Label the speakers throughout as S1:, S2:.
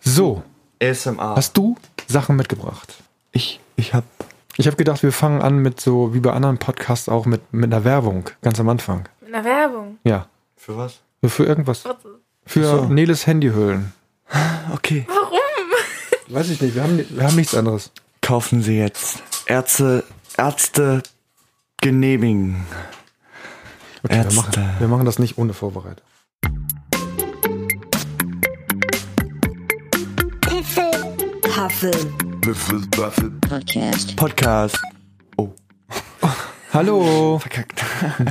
S1: So,
S2: ASMR.
S1: hast du Sachen mitgebracht?
S2: ich ich habe
S1: Ich habe gedacht, wir fangen an mit so, wie bei anderen Podcasts auch, mit, mit einer Werbung, ganz am Anfang.
S3: Mit einer Werbung.
S1: Ja,
S2: für was?
S1: für irgendwas.
S3: Was-
S1: Für
S2: Ach so.
S1: Neles Handyhüllen.
S2: Okay,
S3: Warum?
S1: Weiß ich nicht, wir haben, wir haben nichts anderes.
S2: kaufen Sie jetzt Ärzte Ärzte genehmigen.
S1: Okay, wir
S2: Ärzte.
S1: machen, wir machen das nicht ohne Vorbereitung.
S4: Huffel Podcast.
S2: Podcast. Oh,
S1: Hallo,
S2: verkackt.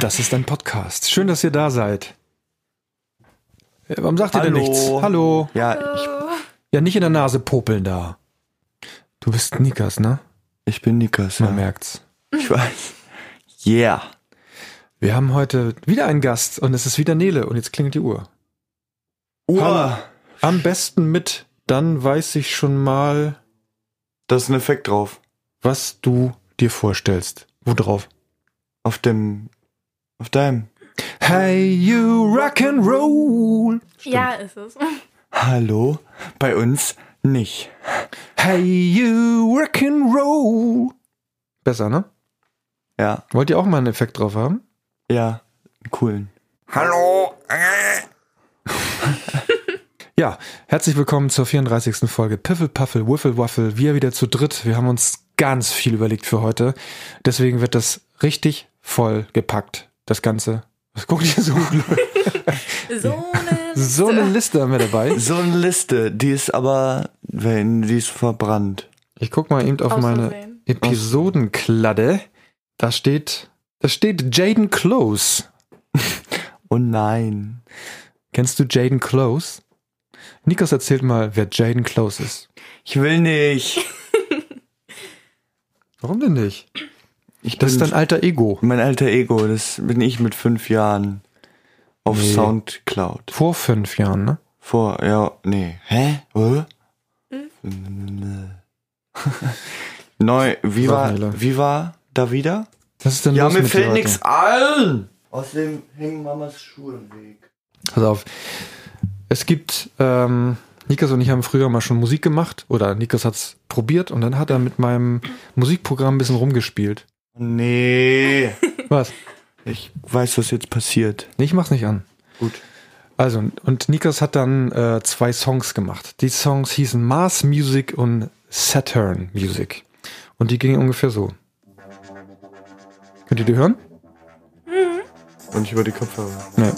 S1: das ist ein Podcast. Schön, dass ihr da seid. Äh, Warum sagt ihr denn
S2: Hallo.
S1: nichts? Hallo.
S2: Ja, ich,
S1: Ja, nicht in der Nase popeln da. Du bist Nikas, ne?
S2: ich bin Nikas.
S1: Man
S2: Ja.
S1: merkt's.
S2: Ich weiß. Yeah.
S1: Wir haben heute wieder einen Gast und es ist wieder Nele und jetzt klingelt die Uhr. Hallo.
S2: Uah,
S1: Am besten mit, dann weiß ich schon mal,
S2: da ist ein Effekt drauf.
S1: was du dir vorstellst. Wo drauf?
S2: Auf dem auf deinem.
S1: Hey, you rock and roll.
S3: Ja, ist es.
S2: Hallo? Bei uns nicht.
S1: Hey, you rock and roll. Besser, ne?
S2: Ja,
S1: Wollt ihr auch mal einen Effekt drauf haben?
S2: ja, einen coolen. Hallo?
S1: Ja, herzlich willkommen zur 34. Folge Piffel Puffel Wiffle Waffle. Wir wieder zu dritt. Wir haben uns ganz viel überlegt für heute. Deswegen wird das richtig voll gepackt. Das Ganze. Was guckt ihr so?
S3: So eine.
S1: so eine Liste haben wir dabei.
S2: So eine Liste, die ist aber, wenn die ist verbrannt.
S1: Ich guck mal eben auf
S3: Aus
S1: meine
S3: Versehen.
S1: Episodenkladde. Da steht, da steht Jaden Close.
S2: Oh nein.
S1: Kennst du Jaden Close? Nikos erzählt mal, wer Jaden Close ist.
S2: Ich will nicht.
S1: Warum denn nicht?
S2: Ich
S1: Das ist
S2: bin
S1: dein alter Ego.
S2: mein alter Ego, das bin ich mit fünf Jahren auf
S1: Nee.
S2: Soundcloud.
S1: Vor fünf Jahren, ne?
S2: Vor, ja, nee. Hä? Hä? Hm? Neu, wie
S1: Sag
S2: war,
S1: Nele.
S2: wie war da wieder?
S1: Was ist denn
S2: Ja,
S1: los
S2: mir
S1: mit dir
S2: fällt
S1: heute?
S2: nichts ein. Außerdem hängen Mamas Schuhe im Weg.
S1: Pass auf. Es gibt, ähm, Nikos und ich haben früher mal schon Musik gemacht oder Nikos hat's probiert und dann hat er mit meinem Musikprogramm ein bisschen rumgespielt.
S2: Nee.
S1: Was?
S2: Ich weiß, was jetzt passiert.
S1: Nee, ich mach's nicht an.
S2: Gut.
S1: Also, und Nikos hat dann äh, zwei Songs gemacht. Die Songs hießen Mars Music und Saturn Music. Und die gingen ungefähr so. Könnt ihr die hören?
S2: Und ich über die Kopfhörer.
S1: Nee.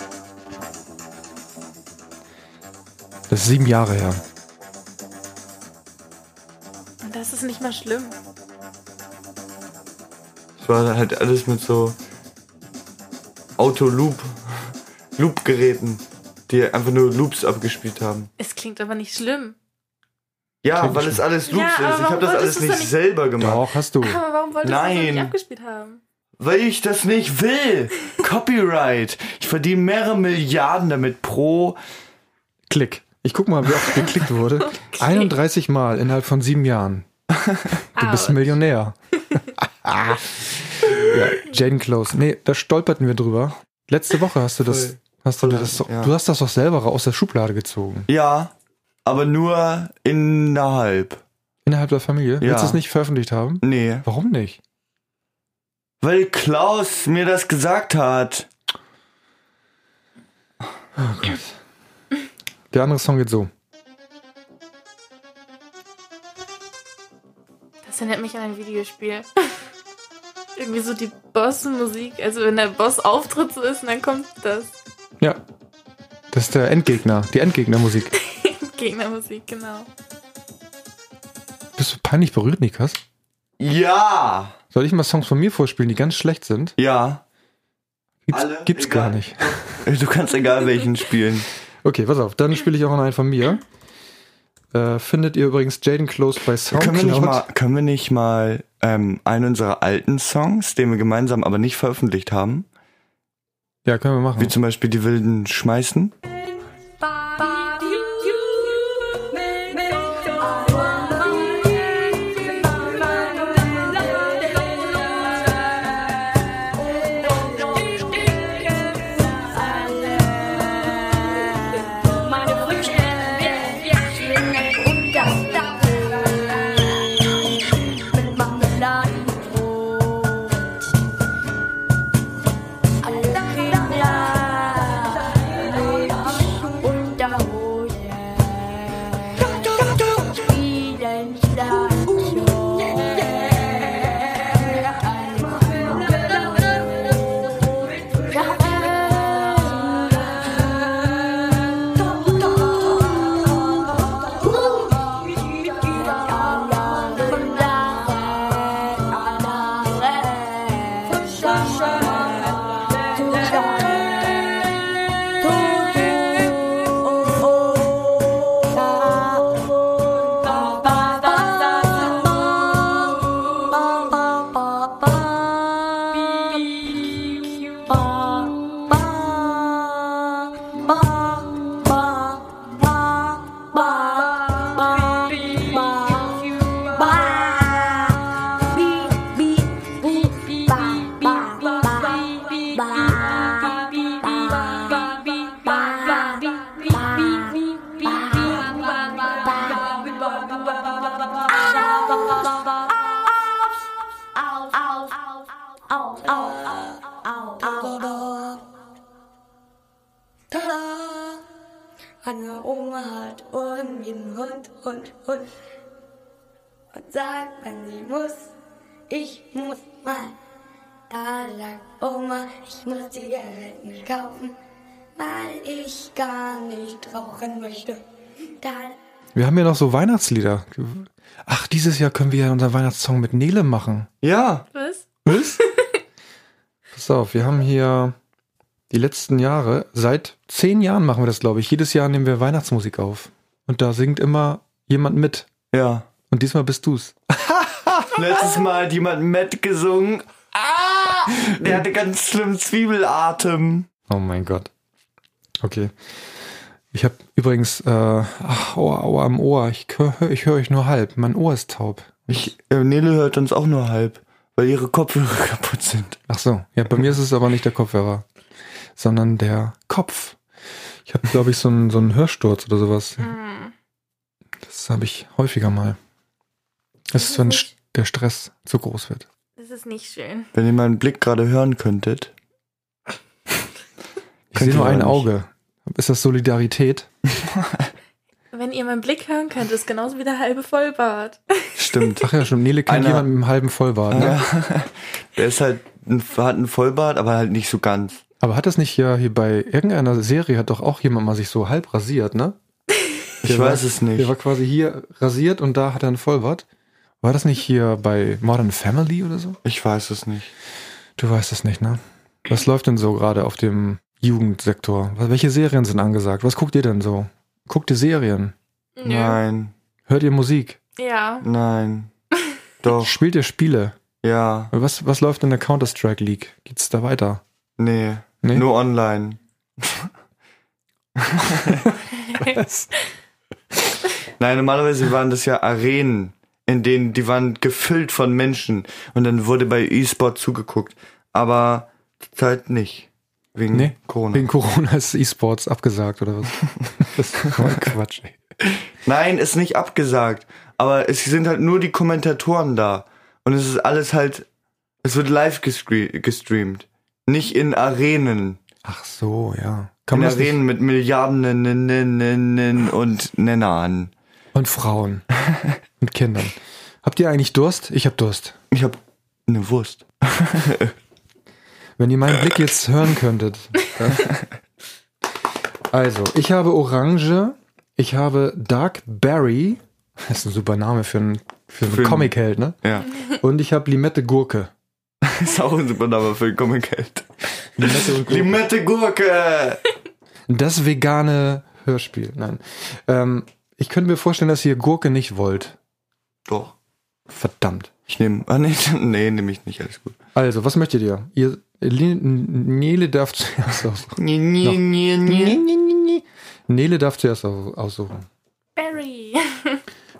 S1: Das ist sieben Jahre her.
S3: Und das ist nicht mal schlimm.
S2: Es war halt alles mit so Auto-Loop, Loop-Geräten, die einfach nur Loops abgespielt haben.
S3: Es klingt aber nicht schlimm.
S2: Ja,
S1: Klingt
S2: weil
S1: schön.
S2: es alles
S3: Ja,
S2: Loops
S3: aber
S2: ist. Ich habe
S3: warum
S2: das
S3: wolltest
S2: alles
S3: du's
S2: nicht,
S3: denn nicht-
S2: selber gemacht.
S1: Doch, hast du.
S3: Aber warum wolltest du das
S2: Nein.
S3: nicht abgespielt haben?
S2: Weil ich das nicht will. Copyright. Ich verdiene mehrere Milliarden damit pro.
S1: Klick. Ich guck mal, wie oft geklickt wurde. 31 Mal innerhalb von sieben Jahren. Du bist
S3: Ah,
S1: Millionär. ja, Jaden Close. Nee, da stolperten wir drüber. Letzte Woche hast du das.
S2: Voll.
S1: Hast du, dir das doch,
S2: ja.
S1: du hast das doch selber aus der Schublade gezogen.
S2: Ja, aber nur innerhalb.
S1: Innerhalb der Familie.
S2: Ja.
S1: Willst du es nicht veröffentlicht haben?
S2: Nee.
S1: Warum nicht?
S2: Weil Klaus mir das gesagt hat.
S1: Der andere Song geht so.
S3: Das erinnert mich an ein Videospiel. Irgendwie so die Boss-Musik. Also wenn der Boss Auftritt so ist, und dann kommt das.
S1: Ja. Das ist der Endgegner, die Endgegnermusik.
S3: Gegnermusik, genau.
S1: Bist du peinlich berührt, Nikas?
S2: Ja.
S1: Soll ich mal Songs von mir vorspielen, die ganz schlecht sind?
S2: Ja.
S1: Gibt's,
S2: Alle?
S1: gibt's gar
S2: Egal.
S1: nicht.
S2: Du kannst egal welchen spielen.
S1: Okay, pass auf, dann spiele ich auch noch einen von mir. Äh, findet ihr übrigens Jaden Close bei
S2: Können wir nicht mal,
S1: Soundcloud.
S2: können wir nicht mal ähm, einen unserer alten Songs, den wir gemeinsam aber nicht veröffentlicht haben,
S1: Ja, können wir
S2: wie
S1: machen.
S2: zum Beispiel die Wilden schmeißen?
S5: Meine Früchte, wir schwingen den Hund, Hund, Hund. Und sagt man, sie muss, ich muss mal da lang. Oma, ich muss Zigaretten kaufen, weil ich gar nicht rauchen möchte. Dann
S1: Wir haben ja noch so Weihnachtslieder. Ach, dieses Jahr können wir ja unseren Weihnachtssong mit Nele machen.
S2: Ja.
S3: Was?
S1: Was? Pass auf, wir haben hier die letzten Jahre, seit zehn Jahren machen wir das, glaube ich. Jedes Jahr nehmen wir Weihnachtsmusik auf. Und da singt immer jemand mit.
S2: Ja.
S1: Und diesmal bist du's.
S2: Letztes Mal hat jemand Matt gesungen. Ah! Der hatte ganz schlimm Zwiebelatem.
S1: Oh mein Gott. Okay. Ich habe übrigens äh, ach, Aua, Aua am Ohr. Ich höre ich hör euch nur halb. Mein Ohr ist taub.
S2: Ich, äh, Nele hört uns auch nur halb, weil ihre Kopfhörer kaputt sind.
S1: Ach so. Ja, bei mir ist es aber nicht der Kopfhörer, sondern der Kopf. Ich habe, glaube ich, so einen, so einen Hörsturz oder sowas.
S3: Hm.
S1: Das habe ich häufiger mal. Das ist, wenn st- der Stress zu groß wird.
S3: Das ist nicht schön.
S2: Wenn ihr meinen Blick gerade hören könntet.
S1: Ich sehe nur
S2: ihr
S1: ein
S2: aber nicht.
S1: Auge. Ist das Solidarität?
S3: Wenn ihr meinen Blick hören könnt, ist genauso wie der halbe Vollbart.
S2: Stimmt.
S1: Ach ja, schon. Nele kennt
S2: Einer-
S1: jemanden mit einem halben Vollbart. Ne?
S2: Ja. Der ist halt, ein, hat einen Vollbart, aber halt nicht so ganz.
S1: Aber hat das nicht ja hier bei irgendeiner Serie hat doch auch jemand mal sich so halb rasiert, ne?
S2: Ich
S1: Der
S2: weiß
S1: war,
S2: es nicht.
S1: Der war quasi hier rasiert und da hat er einen Vollbart. War das nicht hier bei Modern Family oder so?
S2: Ich weiß es nicht.
S1: Du weißt es nicht, ne? Was läuft denn so gerade auf dem Jugendsektor? Was- Welche Serien sind angesagt? Was guckt ihr denn so? Guckt ihr Serien?
S3: Nö.
S2: Nein,
S1: Hört ihr Musik?
S3: Ja.
S2: nein. Doch,
S1: Spielt ihr Spiele?
S2: ja,
S1: Was, was läuft in der Counter-Strike League? Geht's da weiter?
S2: nee,
S1: Nee?
S2: nur online. Nein, normalerweise waren das ja Arenen, in denen die waren gefüllt von Menschen und dann wurde bei E-Sport zugeguckt, aber zurzeit nicht wegen
S1: Nee,
S2: Corona.
S1: Wegen Corona ist E-Sports abgesagt oder was? Das ist voll Quatsch, ey.
S2: Nein, ist nicht abgesagt, aber es sind halt nur die Kommentatoren da und es ist alles halt, es wird live gestre gestreamt, nicht in Arenen.
S1: Ach so, ja. Kann
S2: In
S1: man das nicht?
S2: Arenen mit Milliarden Nen- Nen- Nen- Nen- und Nennern.
S1: Und Frauen. Und Kindern. Habt ihr eigentlich Durst? Ich hab Durst.
S2: Ich hab eine Wurst.
S1: Wenn ihr meinen Blick jetzt hören könntet. Ja. Also, ich habe Orange, ich habe Dark Berry. Das ist ein super Name für einen, für einen
S2: Für einen-
S1: Comic-Held, ne?
S2: Ja.
S1: Und ich habe Limette Gurke.
S2: Ist auch ein super Name für Comic-Held.
S1: Limette und
S2: Limette Gurke!
S1: Das vegane Hörspiel. Nein. Ähm, ich könnte mir vorstellen, dass ihr Gurke nicht wollt.
S2: Doch.
S1: Verdammt.
S2: Ich nehme. Ah, nee, nee, nehme ich nicht. Alles gut.
S1: Also, was möchtet ihr? Ihr Li- Nele darf zuerst aussuchen.
S2: Nee, nee, nee,
S1: Nee, nee, nee, nee. Nele darf zuerst au- aussuchen.
S3: Barry.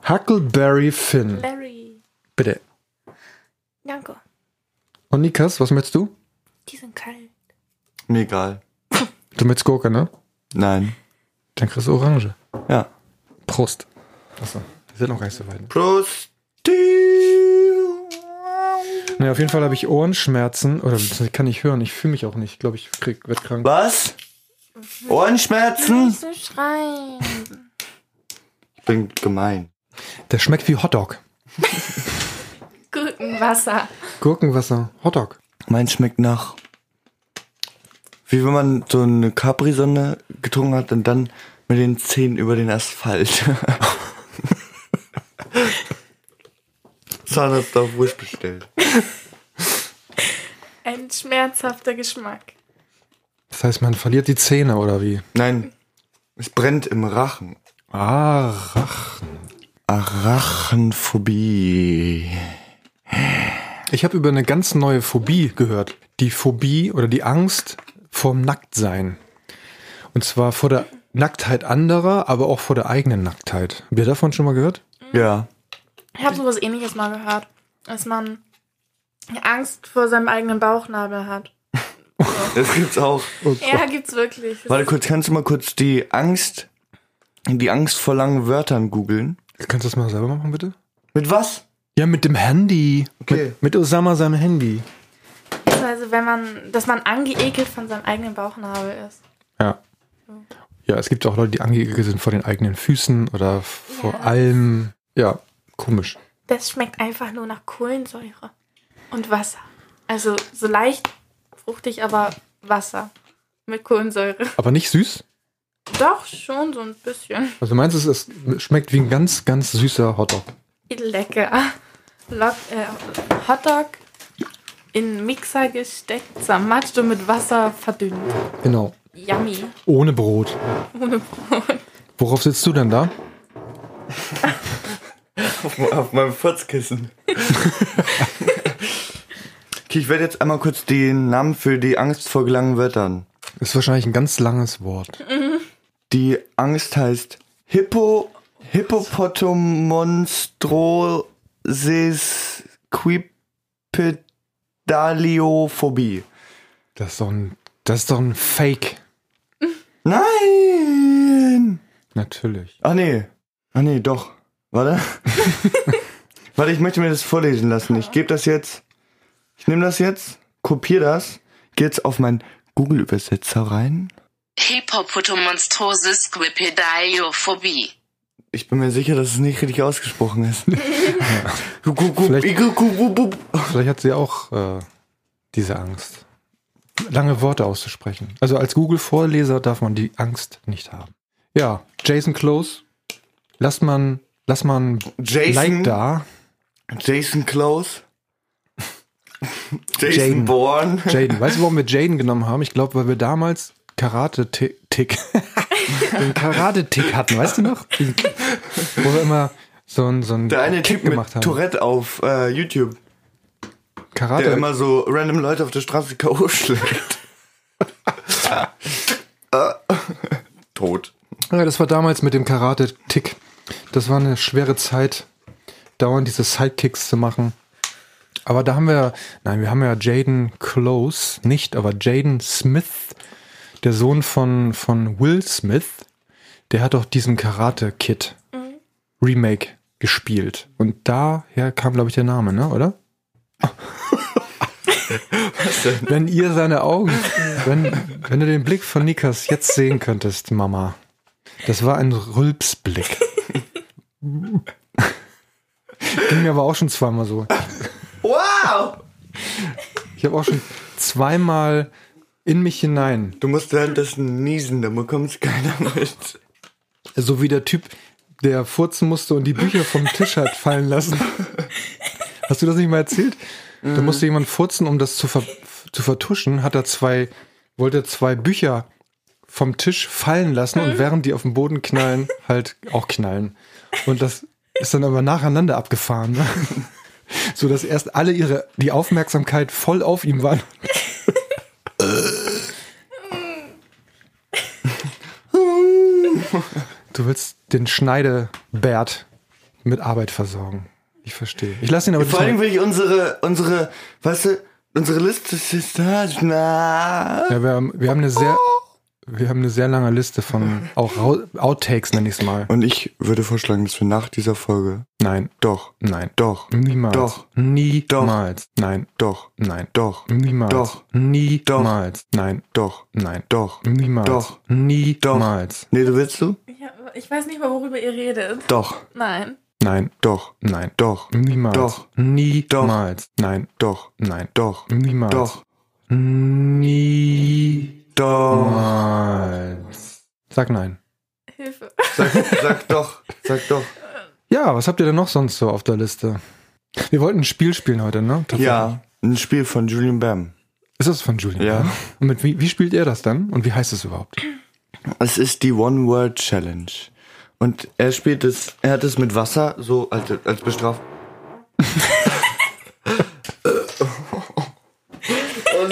S1: Huckleberry Finn.
S3: Barry.
S1: Bitte.
S3: Danke.
S1: Und Nikas, was möchtest du?
S3: Die sind kalt.
S2: Mir egal.
S1: Du möchtest Gurke, ne?
S2: Nein.
S1: Dann kriegst du Orange.
S2: Ja.
S1: Prost. Achso, wir sind noch gar nicht so weit.
S2: Prost!
S1: Naja, auf jeden Fall habe ich Ohrenschmerzen. Oder ich kann nicht hören, ich fühle mich auch nicht. Ich glaube, ich krieg, werd krank.
S2: Was?
S1: Hm.
S2: Ohrenschmerzen?
S3: So schreien.
S2: Ich bin gemein.
S1: Der schmeckt wie Hotdog.
S3: Guten Wasser.
S1: Gurkenwasser, Hotdog.
S2: Mein schmeckt nach. Wie wenn man so eine Capri-Sonne getrunken hat und dann mit den Zehen über den Asphalt. Zahnarzt auf Wurst bestellt.
S3: Ein schmerzhafter Geschmack.
S1: Das heißt, man verliert die Zähne oder wie?
S2: Nein, es brennt im Rachen.
S1: Ach.
S2: Arachenphobie.
S1: Ich habe über eine ganz neue Phobie gehört. Die Phobie oder die Angst vorm Nacktsein. Und zwar vor der Nacktheit anderer, aber auch vor der eigenen Nacktheit. Habt ihr davon schon mal gehört?
S2: Ja.
S3: Ich habe sowas ähnliches mal gehört, dass man Angst vor seinem eigenen Bauchnabel hat.
S2: Das gibt's auch.
S3: Ja, gibt's wirklich. Das
S2: Warte kurz, kannst du mal kurz die Angst, die Angst vor langen Wörtern googeln?
S1: Kannst du das mal selber machen, bitte?
S2: Mit was?
S1: Ja, mit dem Handy.
S2: Okay.
S1: Mit, mit Osama seinem Handy.
S3: ist also, wenn man, dass man angeekelt von seinem eigenen Bauchnabel ist.
S1: Ja. Ja, es gibt auch Leute, die angegriffen sind vor den eigenen Füßen oder vor allem. Ja, komisch.
S3: Das schmeckt einfach nur nach Kohlensäure und Wasser. Also so leicht fruchtig, aber Wasser mit Kohlensäure.
S1: Aber nicht süß.
S3: Doch, schon so ein bisschen.
S1: Also meinst du, es es schmeckt wie ein ganz, ganz süßer Hotdog.
S3: Lecker. Lock, äh, Hotdog in den Mixer gesteckt, zermatscht und mit Wasser verdünnt.
S1: Genau.
S3: Yummy.
S1: Ohne Brot.
S3: Ohne Brot.
S1: Worauf sitzt du denn da?
S2: Auf meinem Furzkissen. okay, ich werde jetzt einmal kurz den Namen für die Angst vor langen Wettern.
S1: Ist wahrscheinlich ein ganz langes Wort.
S2: Die Angst heißt Hippo, Hippopotomonstrosis quipedaliophobie.
S1: Das ist doch ein, das ist doch ein Fake.
S2: Nein!
S1: Natürlich.
S2: Ach nee. Ach nee, doch. Warte. Warte, ich möchte mir das vorlesen lassen. Ich gebe das jetzt. Ich nehme das jetzt, kopiere das, gehe jetzt auf meinen Google-Übersetzer rein.
S6: Hippopotomonstrosis Quipedaliophobie.
S2: Ich bin mir sicher, dass es nicht richtig ausgesprochen ist. Gu- gu- gu-
S1: Vielleicht-
S2: gu- gu- gu- gu-
S1: Vielleicht hat sie auch äh, diese Angst. Lange Worte auszusprechen. Also als Google-Vorleser darf man die Angst nicht haben. Ja, Jason Close. Lass man, lass man
S2: Jason,
S1: Like da.
S2: Jason Close. Jason
S1: Jaden.
S2: Bourne.
S1: Jaden. Weißt du, warum wir Jaden genommen haben? Ich glaube, weil wir damals Karate-Tick. den Karate-Tick hatten, weißt du noch? Diesen- Wo wir immer so ein, so ein
S2: Der eine
S1: Kick
S2: Typ mit
S1: gemacht haben.
S2: Tourette auf äh, YouTube,
S1: Karate.
S2: der immer so random Leute auf der Straße K.O. schlägt. Äh, Tot.
S1: Ja, das war damals mit dem Karate-Tick. Das war eine schwere Zeit, dauernd diese Sidekicks zu machen. Aber da haben wir, nein, wir haben ja Jaden Close, nicht, aber Jaden Smith, der Sohn von, von Will Smith, der hat auch diesen Karate-Kid Remake gespielt. Und daher kam, glaube ich, der Name, ne, oder? Wenn ihr seine Augen, wenn, wenn du den Blick von Nikas jetzt sehen könntest, Mama. Das war ein Rülpsblick. Ging mir aber auch schon zweimal so.
S2: Wow!
S1: Ich habe auch schon zweimal in mich hinein.
S2: Du musst währenddessen niesen, dann bekommt keiner mit.
S1: So wie der Typ, der furzen musste und die Bücher vom Tisch hat fallen lassen. Hast du das nicht mal erzählt? Da musste jemand furzen, um das zu, ver zu vertuschen, hat er zwei, wollte er zwei Bücher vom Tisch fallen lassen und während die auf den Boden knallen, halt auch knallen. Und das ist dann aber nacheinander abgefahren. Ne? So dass erst alle ihre, die Aufmerksamkeit voll auf ihm waren. Du willst den Schneidebert mit Arbeit versorgen. Ich verstehe. Ich lasse ihn aber
S2: Vor allem
S1: diesmal-
S2: will ich unsere, unsere, weißt du, unsere Liste ist da.
S1: Ja, wir haben, wir haben eine sehr, wir haben eine sehr lange Liste von auch Rau- Outtakes, nenn ich's mal.
S2: Und ich würde vorschlagen, dass wir nach dieser Folge.
S1: Nein,
S2: Doch,
S1: nein,
S2: doch,
S1: niemals,
S2: Doch.
S1: niemals, nein,
S2: doch,
S1: nein,
S2: doch,
S1: niemals,
S2: Doch.
S1: niemals, nein,
S2: doch,
S1: nein,
S2: doch.
S1: niemals,
S2: Doch.
S1: niemals,
S2: Nee, du willst du?
S3: Ja, aber ich weiß nicht mal, worüber ihr redet.
S2: Doch,
S3: Nein.
S1: nein,
S2: doch,
S1: nein,
S2: doch,
S1: niemals,
S2: Doch.
S1: niemals, nein,
S2: doch,
S1: nein,
S2: doch,
S1: niemals,
S2: doch,
S1: niemals.
S2: doch.
S1: Sag nein.
S3: Hilfe.
S2: Sag, sag doch, sag doch.
S1: Ja, was habt ihr denn noch sonst so auf der Liste? Wir wollten ein Spiel spielen heute, ne? Tatsächlich.
S2: Ja, ein Spiel von Julian Bam.
S1: Ist das von Julian? ne?
S2: Ja.
S1: Und mit, wie, wie spielt er das dann? Und wie heißt es überhaupt?
S2: Es ist die One Word Challenge. Und er spielt es, er hat es mit Wasser, so als, als Bestrafung. oh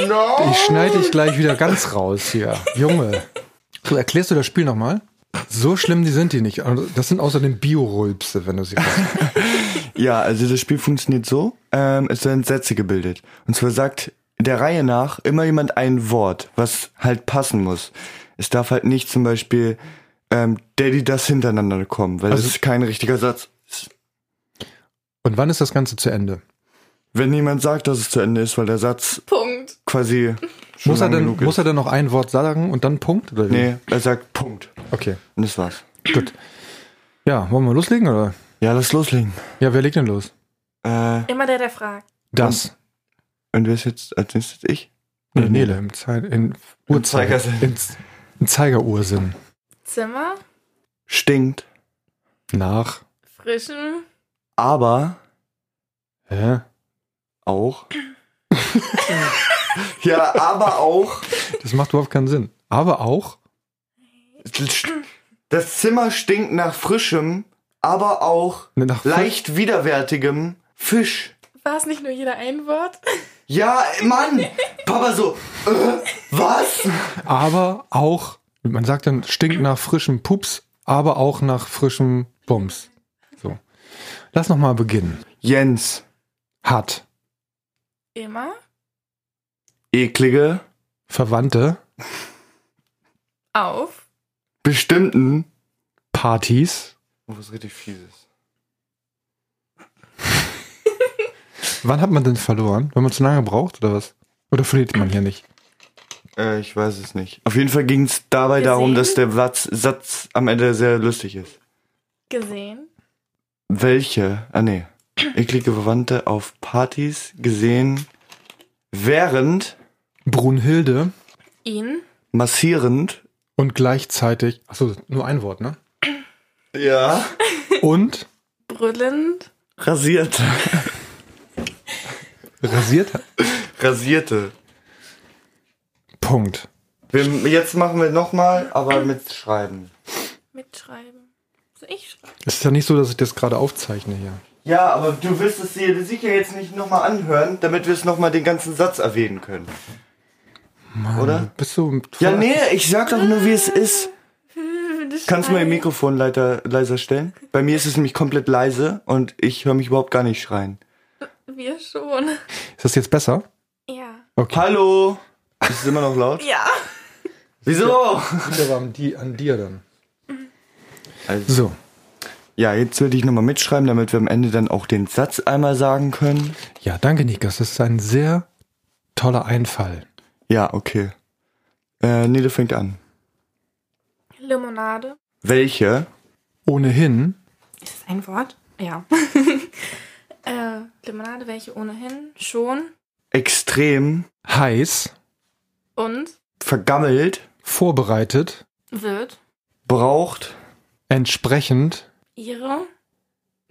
S2: no!
S1: Ich schneide dich gleich wieder ganz raus hier. Junge. So, erklärst du das Spiel nochmal? So schlimm die sind die nicht. Also, Das sind außerdem Bio-Rülpse, wenn du sie hast.
S2: Ja, also das Spiel funktioniert so, ähm, es werden Sätze gebildet. Und zwar sagt der Reihe nach immer jemand ein Wort, was halt passen muss. Es darf halt nicht zum Beispiel ähm, Daddy das hintereinander kommen, weil
S1: Also-
S2: das ist kein richtiger Satz.
S1: Und wann ist das Ganze zu Ende?
S2: Wenn jemand sagt, dass es zu Ende ist, weil der Satz
S3: Punkt.
S2: quasi schon
S1: Muss er,
S2: lang
S1: denn,
S2: genug
S1: muss er
S2: ist.
S1: denn noch ein Wort sagen und dann Punkt? Oder wie?
S2: Nee, er sagt Punkt.
S1: Okay,
S2: Und das war's.
S1: gut. Ja, wollen wir loslegen oder?
S2: Ja, lass loslegen.
S1: Ja, wer legt denn los?
S2: Äh,
S3: Immer der, der fragt.
S1: Das.
S2: und wer ist jetzt als nächstes ich?
S1: Nee, Nele, im, Zei in Uhrzeiger,
S2: Zeigersinn.
S1: in, in Zeigeruhrsinn.
S3: Zimmer,
S2: Stinkt,
S1: Nach.
S3: frischen,
S2: aber
S1: Hä?
S2: auch. ja, aber auch.
S1: Das macht überhaupt keinen Sinn. Aber auch,
S2: Das Zimmer stinkt nach frischem, aber auch
S1: Ne, nach frisch-
S2: leicht widerwärtigem Fisch.
S3: war es nicht nur jeder ein Wort?
S2: Ja, Mann! Papa so, äh, was?
S1: aber auch, man sagt dann, stinkt nach frischem Pups, aber auch nach frischem Bums. So. Lass nochmal beginnen.
S2: Jens,
S1: Hat
S3: Immer,
S2: eklige,
S1: Verwandte,
S3: auf,
S2: bestimmten.
S1: Partys.
S2: Oh, was richtig fieses.
S1: Wann hat man denn verloren? Wenn man zu lange braucht oder was? Oder verliert man hier nicht?
S2: Äh, ich weiß es nicht. Auf jeden Fall ging es dabei
S3: Gesehen?
S2: darum, dass der Satz, Satz am Ende sehr lustig ist.
S3: gesehen,
S2: Welche? Ah nee. Eklige Verwandte auf Partys gesehen, während,
S1: Brunhilde
S3: ihn,
S2: massierend.
S1: und gleichzeitig. Achso, nur ein Wort, ne?
S2: Ja.
S1: Und
S3: brüllend,
S2: Rasierte.
S1: rasiert.
S2: Rasierte.
S1: Punkt.
S2: Wir, jetzt machen wir nochmal, aber mit Schreiben.
S3: mitschreiben. Also ich schreibe.
S1: Es ist ja nicht so, dass ich das gerade aufzeichne hier.
S2: Ja, aber du wirst es dir sicher jetzt nicht nochmal anhören, damit wir es nochmal den ganzen Satz erwähnen können. Oder?
S1: Bist du.
S2: Ja, nee, ich sag doch nur, wie es ist.
S3: Das
S2: Kannst du mal
S3: Schreien.
S2: den Mikrofon leiter, leiser stellen? Bei mir ist es nämlich komplett leise und ich höre mich überhaupt gar nicht schreien.
S3: Wir schon.
S1: Ist das jetzt besser?
S3: Ja.
S2: Hallo! Ist es immer noch laut?
S3: Ja.
S2: Wieso?
S1: Liegt aber an, die, an dir dann.
S2: Also,
S1: So.
S2: ja, jetzt würde ich nochmal mitschreiben, damit wir am Ende dann auch den Satz einmal sagen können.
S1: Ja, danke, Nikas. Das ist ein sehr toller Einfall.
S2: Ja, okay. Äh, Nele fängt an.
S3: Limonade.
S2: Welche?
S1: Ohnehin
S3: Ist das ein Wort? Ja. äh, Limonade, welche ohnehin schon.
S2: Extrem
S1: heiß,
S3: Und
S2: vergammelt,
S1: vorbereitet,
S3: wird
S2: braucht,
S1: entsprechend,
S3: ihre.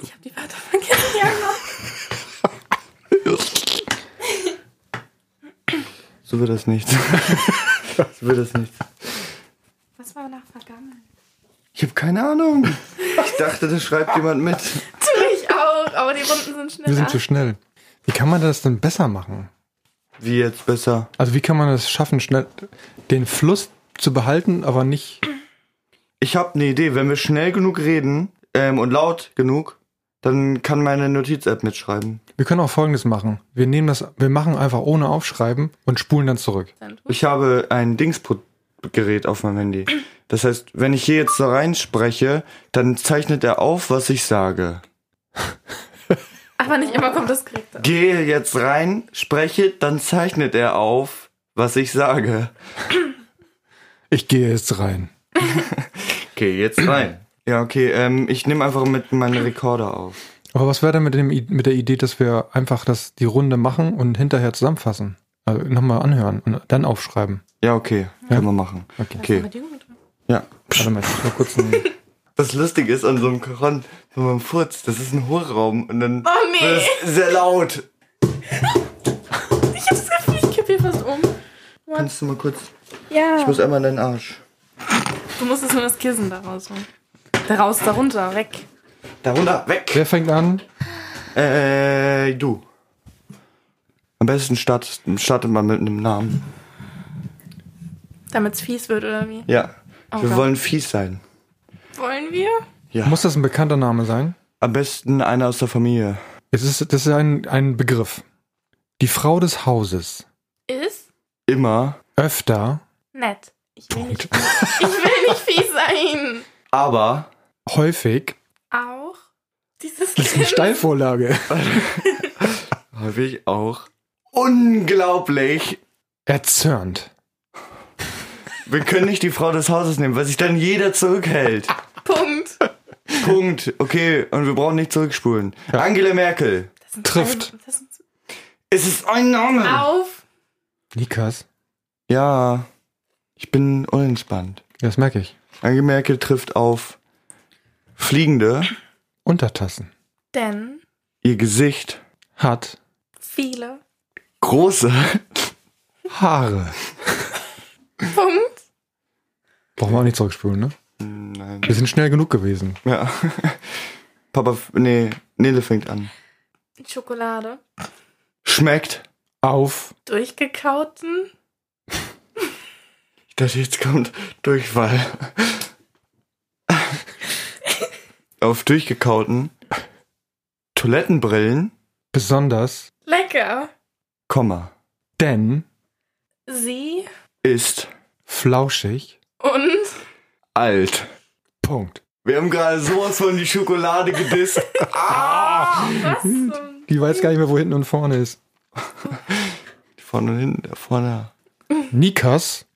S3: Ich habe die Wörter vergessen. Ja, genau.
S2: so wird das nichts. so wird das nichts.
S3: Was war nach vergangen?
S2: Ich habe keine Ahnung. Ich dachte, das schreibt jemand mit.
S3: Tu ich auch, aber die Runden sind schneller.
S1: wir sind zu schnell. Wie kann man das denn besser machen?
S2: Wie jetzt besser?
S1: Also wie kann man das schaffen, schnell den Fluss zu behalten, aber nicht...
S2: Ich habe eine Idee. Wenn wir schnell genug reden ähm, und laut genug, dann kann meine Notiz-App mitschreiben.
S1: Wir können auch Folgendes machen. Wir nehmen das, wir machen einfach ohne Aufschreiben und spulen dann zurück.
S3: Sind gut.
S2: Ich habe ein Dingsgerät auf meinem Handy. Das heißt, wenn ich hier jetzt so reinspreche, dann zeichnet er auf, was ich sage.
S3: aber nicht immer kommt das Korrekte.
S2: Gehe jetzt rein, spreche, dann zeichnet er auf, was ich sage.
S1: Ich gehe jetzt rein.
S2: Geh jetzt rein. Ja, okay. Ähm, ich nehme einfach mit meinem Rekorder auf.
S1: Aber was wäre denn mit, dem, I- mit der Idee, dass wir einfach das, die Runde machen und hinterher zusammenfassen? Also nochmal anhören und dann aufschreiben.
S2: Ja, okay. Können wir machen.
S1: Okay.
S2: okay. Ja.
S1: Warte mal, ich muss mal kurz einen...
S2: Das Lustige ist an so einem Koron, wenn man furzt, das ist ein Hohlraum und dann
S3: Oh, nee.
S2: wird es sehr laut.
S3: Ich hab das Gefühl, ich kipp hier fast um.
S2: Kannst du mal kurz, ich
S3: Ja.
S2: muss einmal in deinen Arsch.
S3: Du musstest nur das Kissen daraus holen. Daraus, darunter, weg.
S2: Darunter, weg.
S1: Wer fängt an?
S2: Äh, du. Am besten startet, startet man mit einem Namen.
S3: Damit's fies wird, oder wie?
S2: Ja.
S3: Oh
S2: Wir
S3: Gott.
S2: wollen fies sein.
S3: Wollen wir?
S2: Ja.
S1: Muss das ein bekannter Name sein?
S2: Am besten einer aus der Familie.
S1: Es ist, das ist ein, ein Begriff. Die Frau des Hauses
S3: Ist
S2: Immer.
S1: öfter
S3: nett. Ich will, nicht, ich will nicht fies sein.
S2: Aber.
S1: häufig.
S3: Auch dieses
S1: Das ist eine
S3: Kind.
S1: Steilvorlage.
S2: Häufig auch. Unglaublich
S1: Erzürnt.
S2: Wir können nicht die Frau des Hauses nehmen, weil sich dann jeder zurückhält.
S3: Punkt.
S2: Punkt. Okay, und wir brauchen nicht zurückspulen. Angela Merkel.
S3: Das sind
S1: Trifft.
S3: Ein, das sind,
S2: Es ist ein Name.
S3: auf.
S1: Nikas.
S2: Ja, ich bin unentspannt.
S1: Das merke ich.
S2: Angela Merkel trifft auf Fliegende.
S1: Untertassen.
S3: Denn
S2: Ihr Gesicht.
S1: Hat
S3: viele.
S2: Große.
S1: Haare.
S3: Punkt.
S1: Brauchen wir auch nicht zurückspulen, ne?
S2: Nein.
S1: Wir sind schnell genug gewesen.
S2: Ja. Papa, nee, Nele fängt an.
S3: Schokolade.
S2: Schmeckt.
S1: Auf
S3: Durchgekauten.
S2: Ich dachte, jetzt kommt Durchfall. Auf durchgekauten Toilettenbrillen,
S1: besonders,
S3: Lecker.
S2: Komma,
S1: denn
S3: Sie
S2: ist
S1: flauschig.
S3: und
S2: alt.
S1: Punkt.
S2: Wir haben gerade sowas von die Schokolade gedisst.
S3: was zum
S1: Die weiß gar nicht mehr, wo hinten und vorne ist.
S2: Vorne und hinten, da vorne.
S1: Nikas.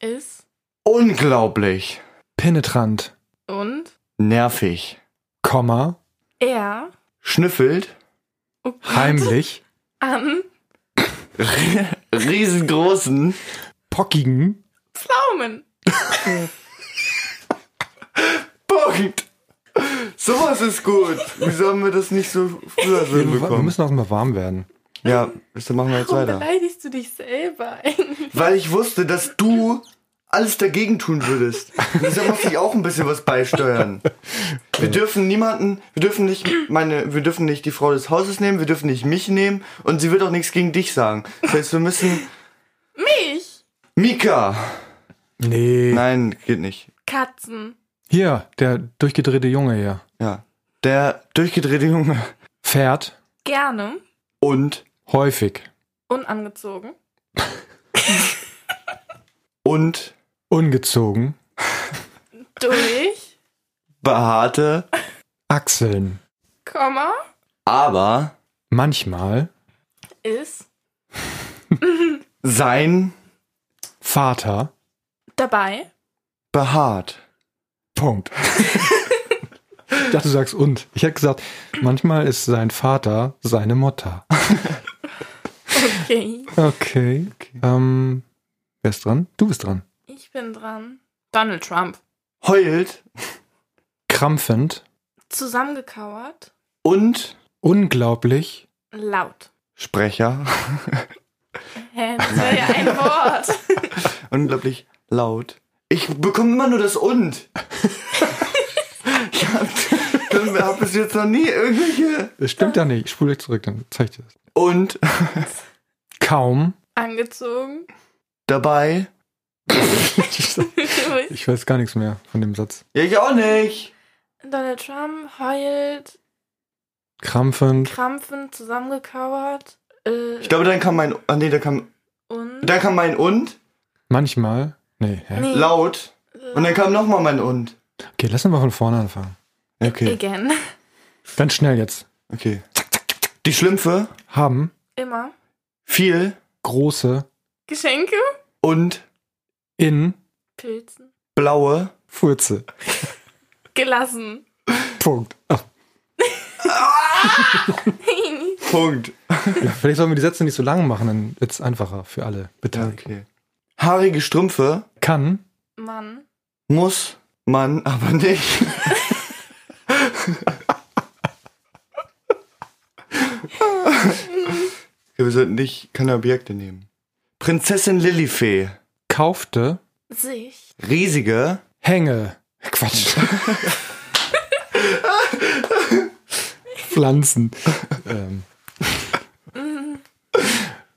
S3: ist
S2: Unglaublich.
S1: Penetrant.
S3: und
S2: Nervig.
S1: Komma.
S3: er
S2: Schnüffelt.
S1: Heimlich.
S3: an
S2: Riesengroßen.
S1: Pockigen.
S3: Pflaumen.
S2: Punkt. Sowas ist gut. Wieso haben wir das nicht so früher
S1: Wir, wir
S2: hinbekommen?
S1: müssen auch mal warm werden.
S2: Ja, das machen wir jetzt
S3: Warum
S2: weiter.
S3: beleidigst du dich selber eigentlich?
S2: Weil ich wusste, dass du alles dagegen tun würdest. Und Deshalb muss ich auch ein bisschen was beisteuern. Wir dürfen niemanden, wir dürfen nicht meine, wir dürfen nicht die Frau des Hauses nehmen, wir dürfen nicht mich nehmen und sie wird auch nichts gegen dich sagen. Das heißt, wir müssen
S3: Mich.
S2: Mika.
S1: Nee.
S2: Nein, geht nicht.
S3: Katzen.
S1: Hier, der durchgedrehte Junge hier.
S2: Ja. Der durchgedrehte Junge
S1: Fährt
S3: Gerne.
S2: und
S1: häufig.
S3: Unangezogen.
S2: und
S1: Ungezogen.
S3: Durch.
S2: behaarte,
S1: Achseln.
S3: Komma.
S2: aber
S1: Manchmal.
S3: Ist
S2: sein
S1: Vater.
S3: dabei.
S2: behaart.
S1: Punkt. ich dachte, du sagst und. Ich hätte gesagt, manchmal ist sein Vater seine Mutter.
S3: Okay.
S1: Okay. Ähm, wer ist dran? Du bist dran.
S3: Ich bin dran. Donald Trump.
S2: Heult
S1: Krampfend.
S3: Zusammengekauert.
S2: und
S1: Unglaublich.
S3: Laut.
S2: Sprecher.
S3: Hä? Das wäre ja ein Wort.
S2: unglaublich laut. Ich bekomme immer nur das und. ich habe hab bis jetzt noch nie irgendwelche
S1: Das stimmt ja nicht. Ich spule euch zurück, dann zeig ich dir das.
S2: und
S1: Kaum.
S3: Angezogen.
S2: dabei.
S3: Durch.
S1: Ich weiß gar nichts mehr von dem Satz.
S2: Ja, ich auch nicht.
S3: Donald Trump heult.
S1: Krampfend.
S3: Krampfend zusammengekauert. Äh,
S2: Ich glaube, dann kam mein ah nee, da kam
S3: und.
S2: da kam mein und
S1: Manchmal. Nee, hä?
S3: Nee.
S2: laut und dann kam noch mal mein und.
S1: Okay, lass uns mal von vorne anfangen.
S2: Okay.
S3: Again.
S1: Ganz schnell jetzt.
S2: Okay. Die Schlümpfe
S1: Haben
S3: Immer.
S2: viel
S1: große
S3: Geschenke.
S2: und
S1: in
S3: Pilzen.
S2: blaue
S1: Furze.
S3: Gelassen.
S1: Punkt. Ach,
S2: Punkt.
S1: vielleicht sollen wir die Sätze nicht so lang machen, dann wird's einfacher für alle
S2: Ja,
S1: Beteiligten.
S2: okay. Haarige Strümpfe
S1: Kann
S3: Mann.
S2: muss man aber nicht. Ja, wir sollten nicht keine Objekte nehmen. Prinzessin Lillifee.
S1: kaufte
S3: Sich.
S2: Riesige.
S1: Hänge. Quatsch. Pflanzen. ähm,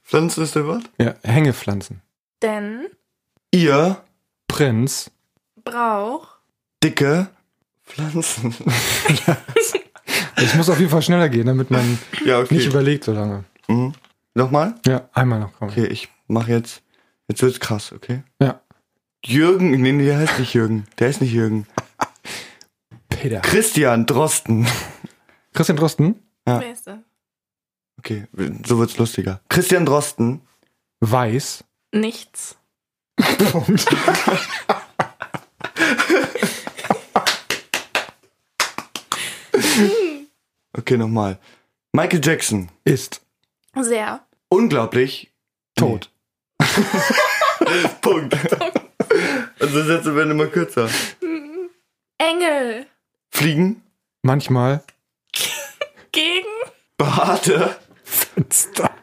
S2: Pflanzen ist der Wort?
S1: ja, Hängepflanzen.
S3: Denn.
S2: Ihr.
S1: Prinz.
S3: Brauch.
S2: Dicke. Pflanzen.
S1: Ich muss auf jeden Fall schneller gehen, damit man
S2: ja,
S1: nicht
S2: okay.
S1: überlegt so lange.
S2: Mhm. Nochmal?
S1: Ja, einmal noch kommen.
S2: Okay, ich mach jetzt. Jetzt wird's krass, okay?
S1: Ja.
S2: Jürgen. Nee, nee, der heißt nicht Jürgen. Der heißt nicht Jürgen.
S1: Peter.
S2: Christian Drosten.
S1: Christian Drosten.
S2: Ja.
S3: Wer ist das?
S2: Okay, so wird's lustiger. Christian Drosten.
S1: Weiß.
S3: Nichts.
S1: Punkt.
S2: Okay, nochmal. Michael Jackson.
S1: Ist.
S3: Sehr.
S2: Unglaublich.
S1: Tot.
S2: Punkt. Unsere Sätze werden immer kürzer.
S3: Engel.
S2: Fliegen.
S1: Manchmal.
S3: Gegen.
S2: Behaarte.
S1: Fenster.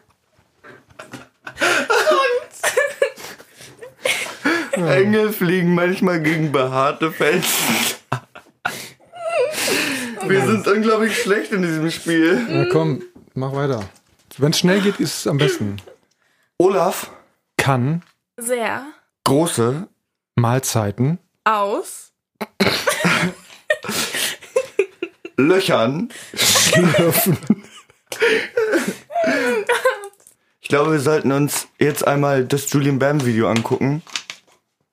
S2: Engel fliegen manchmal gegen behaarte Felsen. Wir sind unglaublich schlecht in diesem Spiel.
S1: Na komm, mach weiter. Wenn es schnell geht, ist es am besten.
S2: Olaf.
S1: Kann
S3: Sehr.
S2: Große.
S1: Mahlzeiten
S3: Aus.
S2: Löchern.
S1: dürfen.
S2: Ich glaube, wir sollten uns jetzt einmal das Julian Bam Video angucken.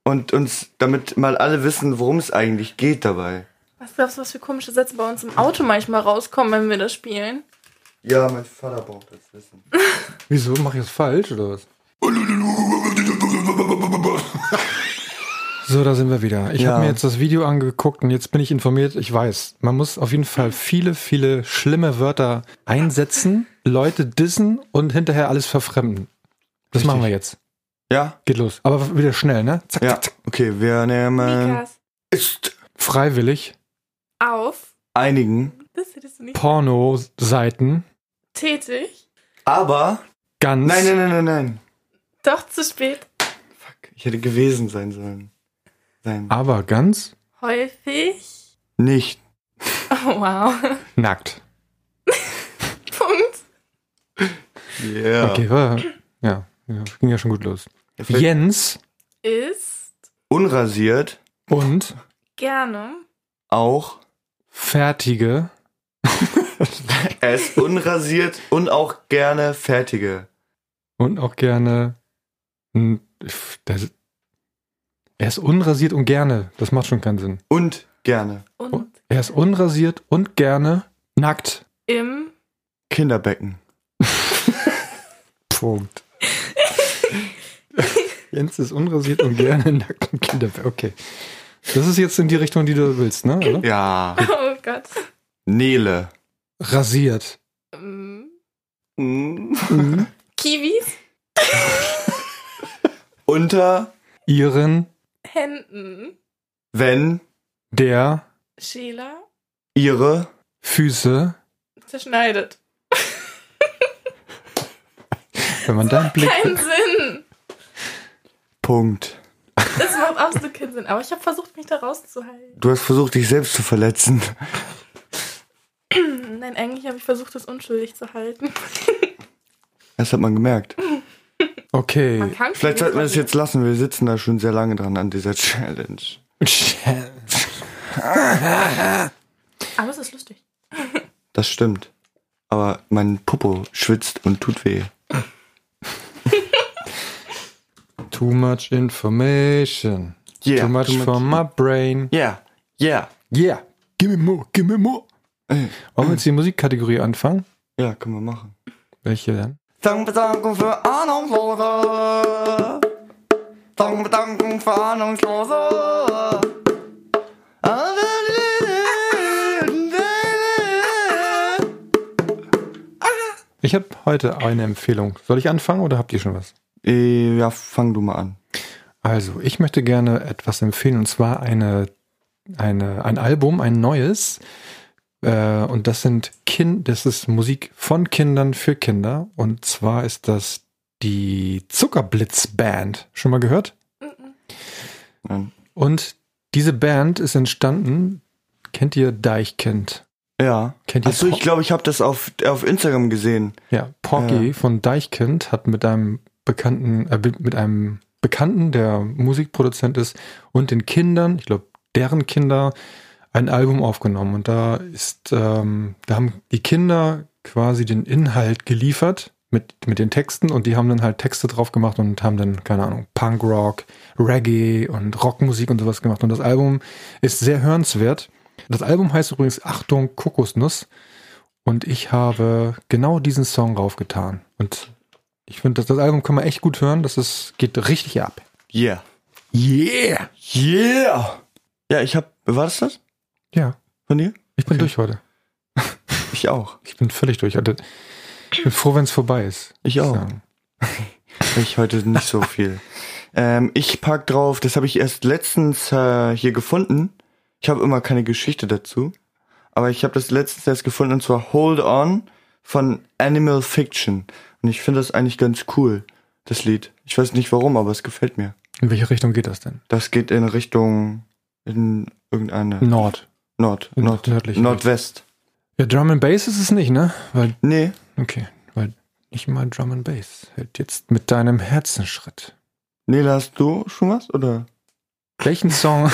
S2: Und uns, damit mal alle wissen, worum es eigentlich geht dabei.
S3: Was glaubst du, was für komische Sätze bei uns im Auto manchmal rauskommen, wenn wir das spielen?
S2: Ja, mein Vater braucht das Wissen.
S1: Wieso? Mach ich das falsch oder was? So, da sind wir wieder. Ich
S2: Ja.
S1: habe mir jetzt das Video angeguckt und jetzt bin ich informiert. Ich weiß, man muss auf jeden Fall viele, viele schlimme Wörter einsetzen, Leute dissen und hinterher alles verfremden. Das machen wir jetzt.
S2: Ja?
S1: Geht los. Aber wieder schnell, ne? Zack,
S2: Ja.
S1: zack, zack.
S2: Okay, wir nehmen.
S3: Mikas.
S2: Ist
S1: Freiwillig
S3: Auf.
S2: einigen.
S3: Das hättest du nicht.
S1: Porno-Seiten
S3: Tätig.
S2: Aber.
S1: ganz
S2: Nein, nein, nein, nein, nein.
S3: Doch zu spät.
S2: Ich hätte gewesen sein sollen. Sein.
S1: aber ganz
S3: Häufig.
S2: Nicht.
S3: Oh, wow.
S1: nackt.
S3: Punkt.
S2: Yeah.
S1: Okay, war, ja, ja, ging ja schon gut los.
S2: Yeah.
S1: Jens
S3: Ist.
S2: Unrasiert.
S1: und
S3: Gerne.
S2: Auch.
S1: fertige
S2: Er ist unrasiert und auch gerne fertige.
S1: und auch gerne. n- pf, Das, er ist unrasiert und gerne. Das macht schon keinen Sinn.
S2: Und gerne.
S3: Und
S1: Und er ist unrasiert und gerne nackt.
S3: im.
S2: Kinderbecken.
S1: Punkt. Jens ist unrasiert und gerne nackt und Kinder. Okay. Das ist jetzt in die Richtung, die du willst, ne? Oder?
S2: Ja.
S3: Oh Gott.
S2: Nele.
S1: Rasiert.
S3: Ähm,
S2: Unter
S3: Kiwis.
S1: Ihren,
S3: Händen.
S2: wenn
S1: der,
S3: Schäler.
S2: ihre
S1: Füße.
S3: Zerschneidet.
S1: Wenn man da einen Blick.
S3: Keinen Sinn.
S2: Punkt.
S3: Das macht absolut keinen Sinn. Aber ich habe versucht, mich da rauszuhalten.
S2: Du hast versucht, dich selbst zu verletzen.
S3: Nein, eigentlich habe ich versucht, das unschuldig zu halten.
S2: Das hat man gemerkt.
S1: Okay.
S3: Man kann
S2: Vielleicht sollten wir das
S3: verlieren.
S2: jetzt lassen. Wir sitzen da schon sehr lange dran an dieser Challenge.
S3: Aber es ist lustig.
S2: Das stimmt. Aber mein Popo schwitzt und tut weh.
S1: Too much information.
S2: Yeah,
S1: too much
S2: too much-
S1: for my brain.
S2: Yeah, yeah.
S1: Yeah. Give me more, give me more. Wollen wir jetzt die Musikkategorie anfangen?
S2: Ja, können wir machen.
S1: Welche denn?
S2: Dank bedanken für Ahnungslose. Dank bedanken für Ahnungslose.
S1: Ich habe heute eine Empfehlung. Soll ich anfangen oder habt ihr schon was?
S2: Äh, Ja, fang du mal an.
S1: Also, ich möchte gerne etwas empfehlen und zwar eine, eine, ein Album, ein neues. Äh, und das sind Kind, das ist Musik von Kindern für Kinder. Und zwar ist das die Zuckerblitz Band. Schon mal gehört?
S2: Nein.
S1: Und diese Band ist entstanden. Kennt ihr Deichkind?
S2: Ja.
S1: Kennt ihr
S2: Achso, ich glaube, ich habe das auf, auf Instagram gesehen.
S1: Ja, Porky von Deichkind hat mit einem bekannten, äh, mit einem Bekannten, der Musikproduzent ist, und den Kindern, ich glaube, deren Kinder, ein Album aufgenommen. Und da ist, ähm, da haben die Kinder quasi den Inhalt geliefert mit, mit den Texten und die haben dann halt Texte drauf gemacht und haben dann, keine Ahnung, Punkrock, Reggae und Rockmusik und sowas gemacht. Und das Album ist sehr hörenswert. Das Album heißt übrigens Achtung, Kokosnuss. Und ich habe genau diesen Song raufgetan. Und Ich finde, das, das Album kann man echt gut hören. Das ist, geht richtig ab.
S2: Yeah.
S1: Yeah!
S2: Yeah! Ja, ich hab. War das das
S1: Ja,
S2: von dir?
S1: ich bin durch heute.
S2: Ich auch.
S1: Ich bin völlig durch. Alter. Ich bin froh, wenn es vorbei ist.
S2: Ich auch.
S1: Sagen.
S2: Ich heute nicht so viel. ähm, ich pack drauf, das habe ich erst letztens äh, hier gefunden. Ich habe immer keine Geschichte dazu. Aber ich habe das letztens erst gefunden und zwar Hold On von Animal Fiction. Und ich finde das eigentlich ganz cool, das Lied. Ich weiß nicht warum, aber es gefällt mir.
S1: In welche Richtung geht das denn?
S2: Das geht in Richtung in irgendeine
S1: Nord.
S2: Nord,
S1: in-
S2: Nord,
S1: nördlich.
S2: Nordwest.
S1: Ja, Drum and Bass ist es nicht, ne? Weil,
S2: Nee,
S1: okay, weil nicht mal Drum and Bass hält jetzt mit deinem Herzenschritt.
S2: Nela, hast du schon was oder?
S1: Welchen Song?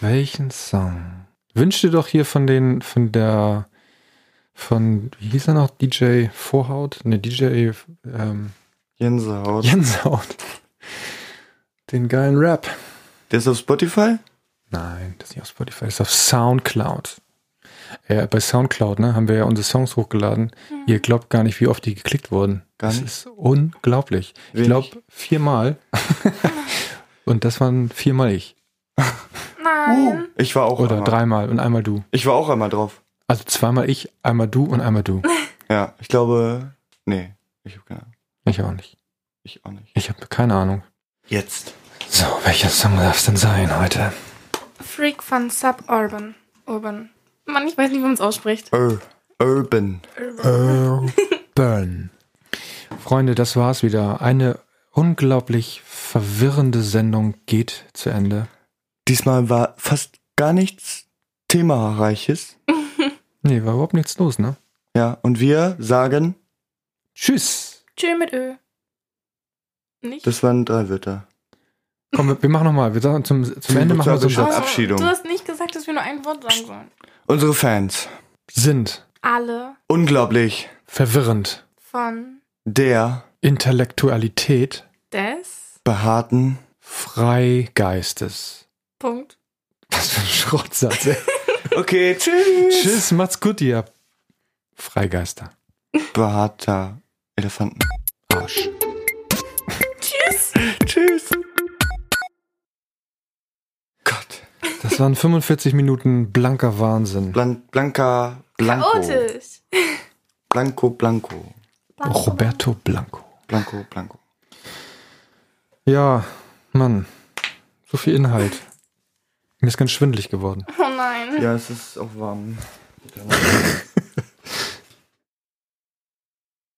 S1: Welchen Song? Wünsch dir doch hier von den, von der, von, wie hieß er noch? DJ Vorhaut? Ne, DJ, ähm,
S2: Gänsehaut.
S1: Jenshaut. Den geilen Rap.
S2: Der ist auf Spotify?
S1: Nein, das ist nicht auf Spotify, das ist auf Soundcloud. Ja, bei Soundcloud, ne, haben wir ja unsere Songs hochgeladen. Ihr glaubt gar nicht, wie oft die geklickt wurden.
S2: Mhm. Gar nicht.
S1: Das ist unglaublich. Ich
S2: Wenig.
S1: glaube viermal. Und das waren viermal ich.
S3: Nein.
S2: Ich war auch
S1: Oder
S2: einmal.
S1: dreimal und einmal du.
S2: Ich war auch einmal drauf.
S1: Also zweimal ich, einmal du und einmal du.
S2: Ja, ich glaube, nee, ich habe keine Ahnung.
S1: Ich auch nicht.
S2: Ich auch nicht.
S1: Ich habe keine Ahnung.
S2: Jetzt.
S1: So, welcher Song darf es denn sein heute?
S2: Uh.
S3: Freak von Suburban. Urban. Mann, ich weiß nicht, wie man es ausspricht.
S2: Ur Urban.
S1: Burn. Freunde, das war's wieder. Eine unglaublich verwirrende Sendung geht zu Ende.
S2: Diesmal war fast gar nichts themareiches.
S1: Nee, war überhaupt nichts los, ne?
S2: Ja, und wir sagen,
S1: Tschüss.
S3: Tschö mit Ö. Nicht?
S2: das waren drei Wörter.
S1: Komm, wir, wir machen nochmal. Wir sagen zum, zum
S2: Zum
S1: Ende machen wir so einen
S2: Zur
S1: Satz.
S2: Verabschiedung.
S3: Oh, Du hast nicht gesagt, dass wir nur ein Wort sagen sollen.
S2: Unsere Fans.
S1: Sind
S3: Alle
S2: Unglaublich.
S1: verwirrend.
S3: von
S2: Der
S1: Intellektualität
S3: des
S2: behaarten
S1: Freigeistes.
S3: Punkt.
S1: Was für ein Schrottsatz, ey.
S2: Okay, tschüss.
S1: Tschüss, macht's gut, ihr Freigeister.
S2: Behaarter Elefanten.
S1: Arsch.
S2: Tschüss. Gott.
S1: Das waren 45 Minuten blanker Wahnsinn.
S2: Blan Blanca, Blanco.
S3: Chaotisch.
S2: Blanco, Blanco.
S1: Roberto Blanco.
S2: Blanco, Blanco.
S1: Ja, Mann. So viel Inhalt. Mir ist ganz schwindelig geworden.
S3: Oh nein.
S2: Ja, es ist auch warm.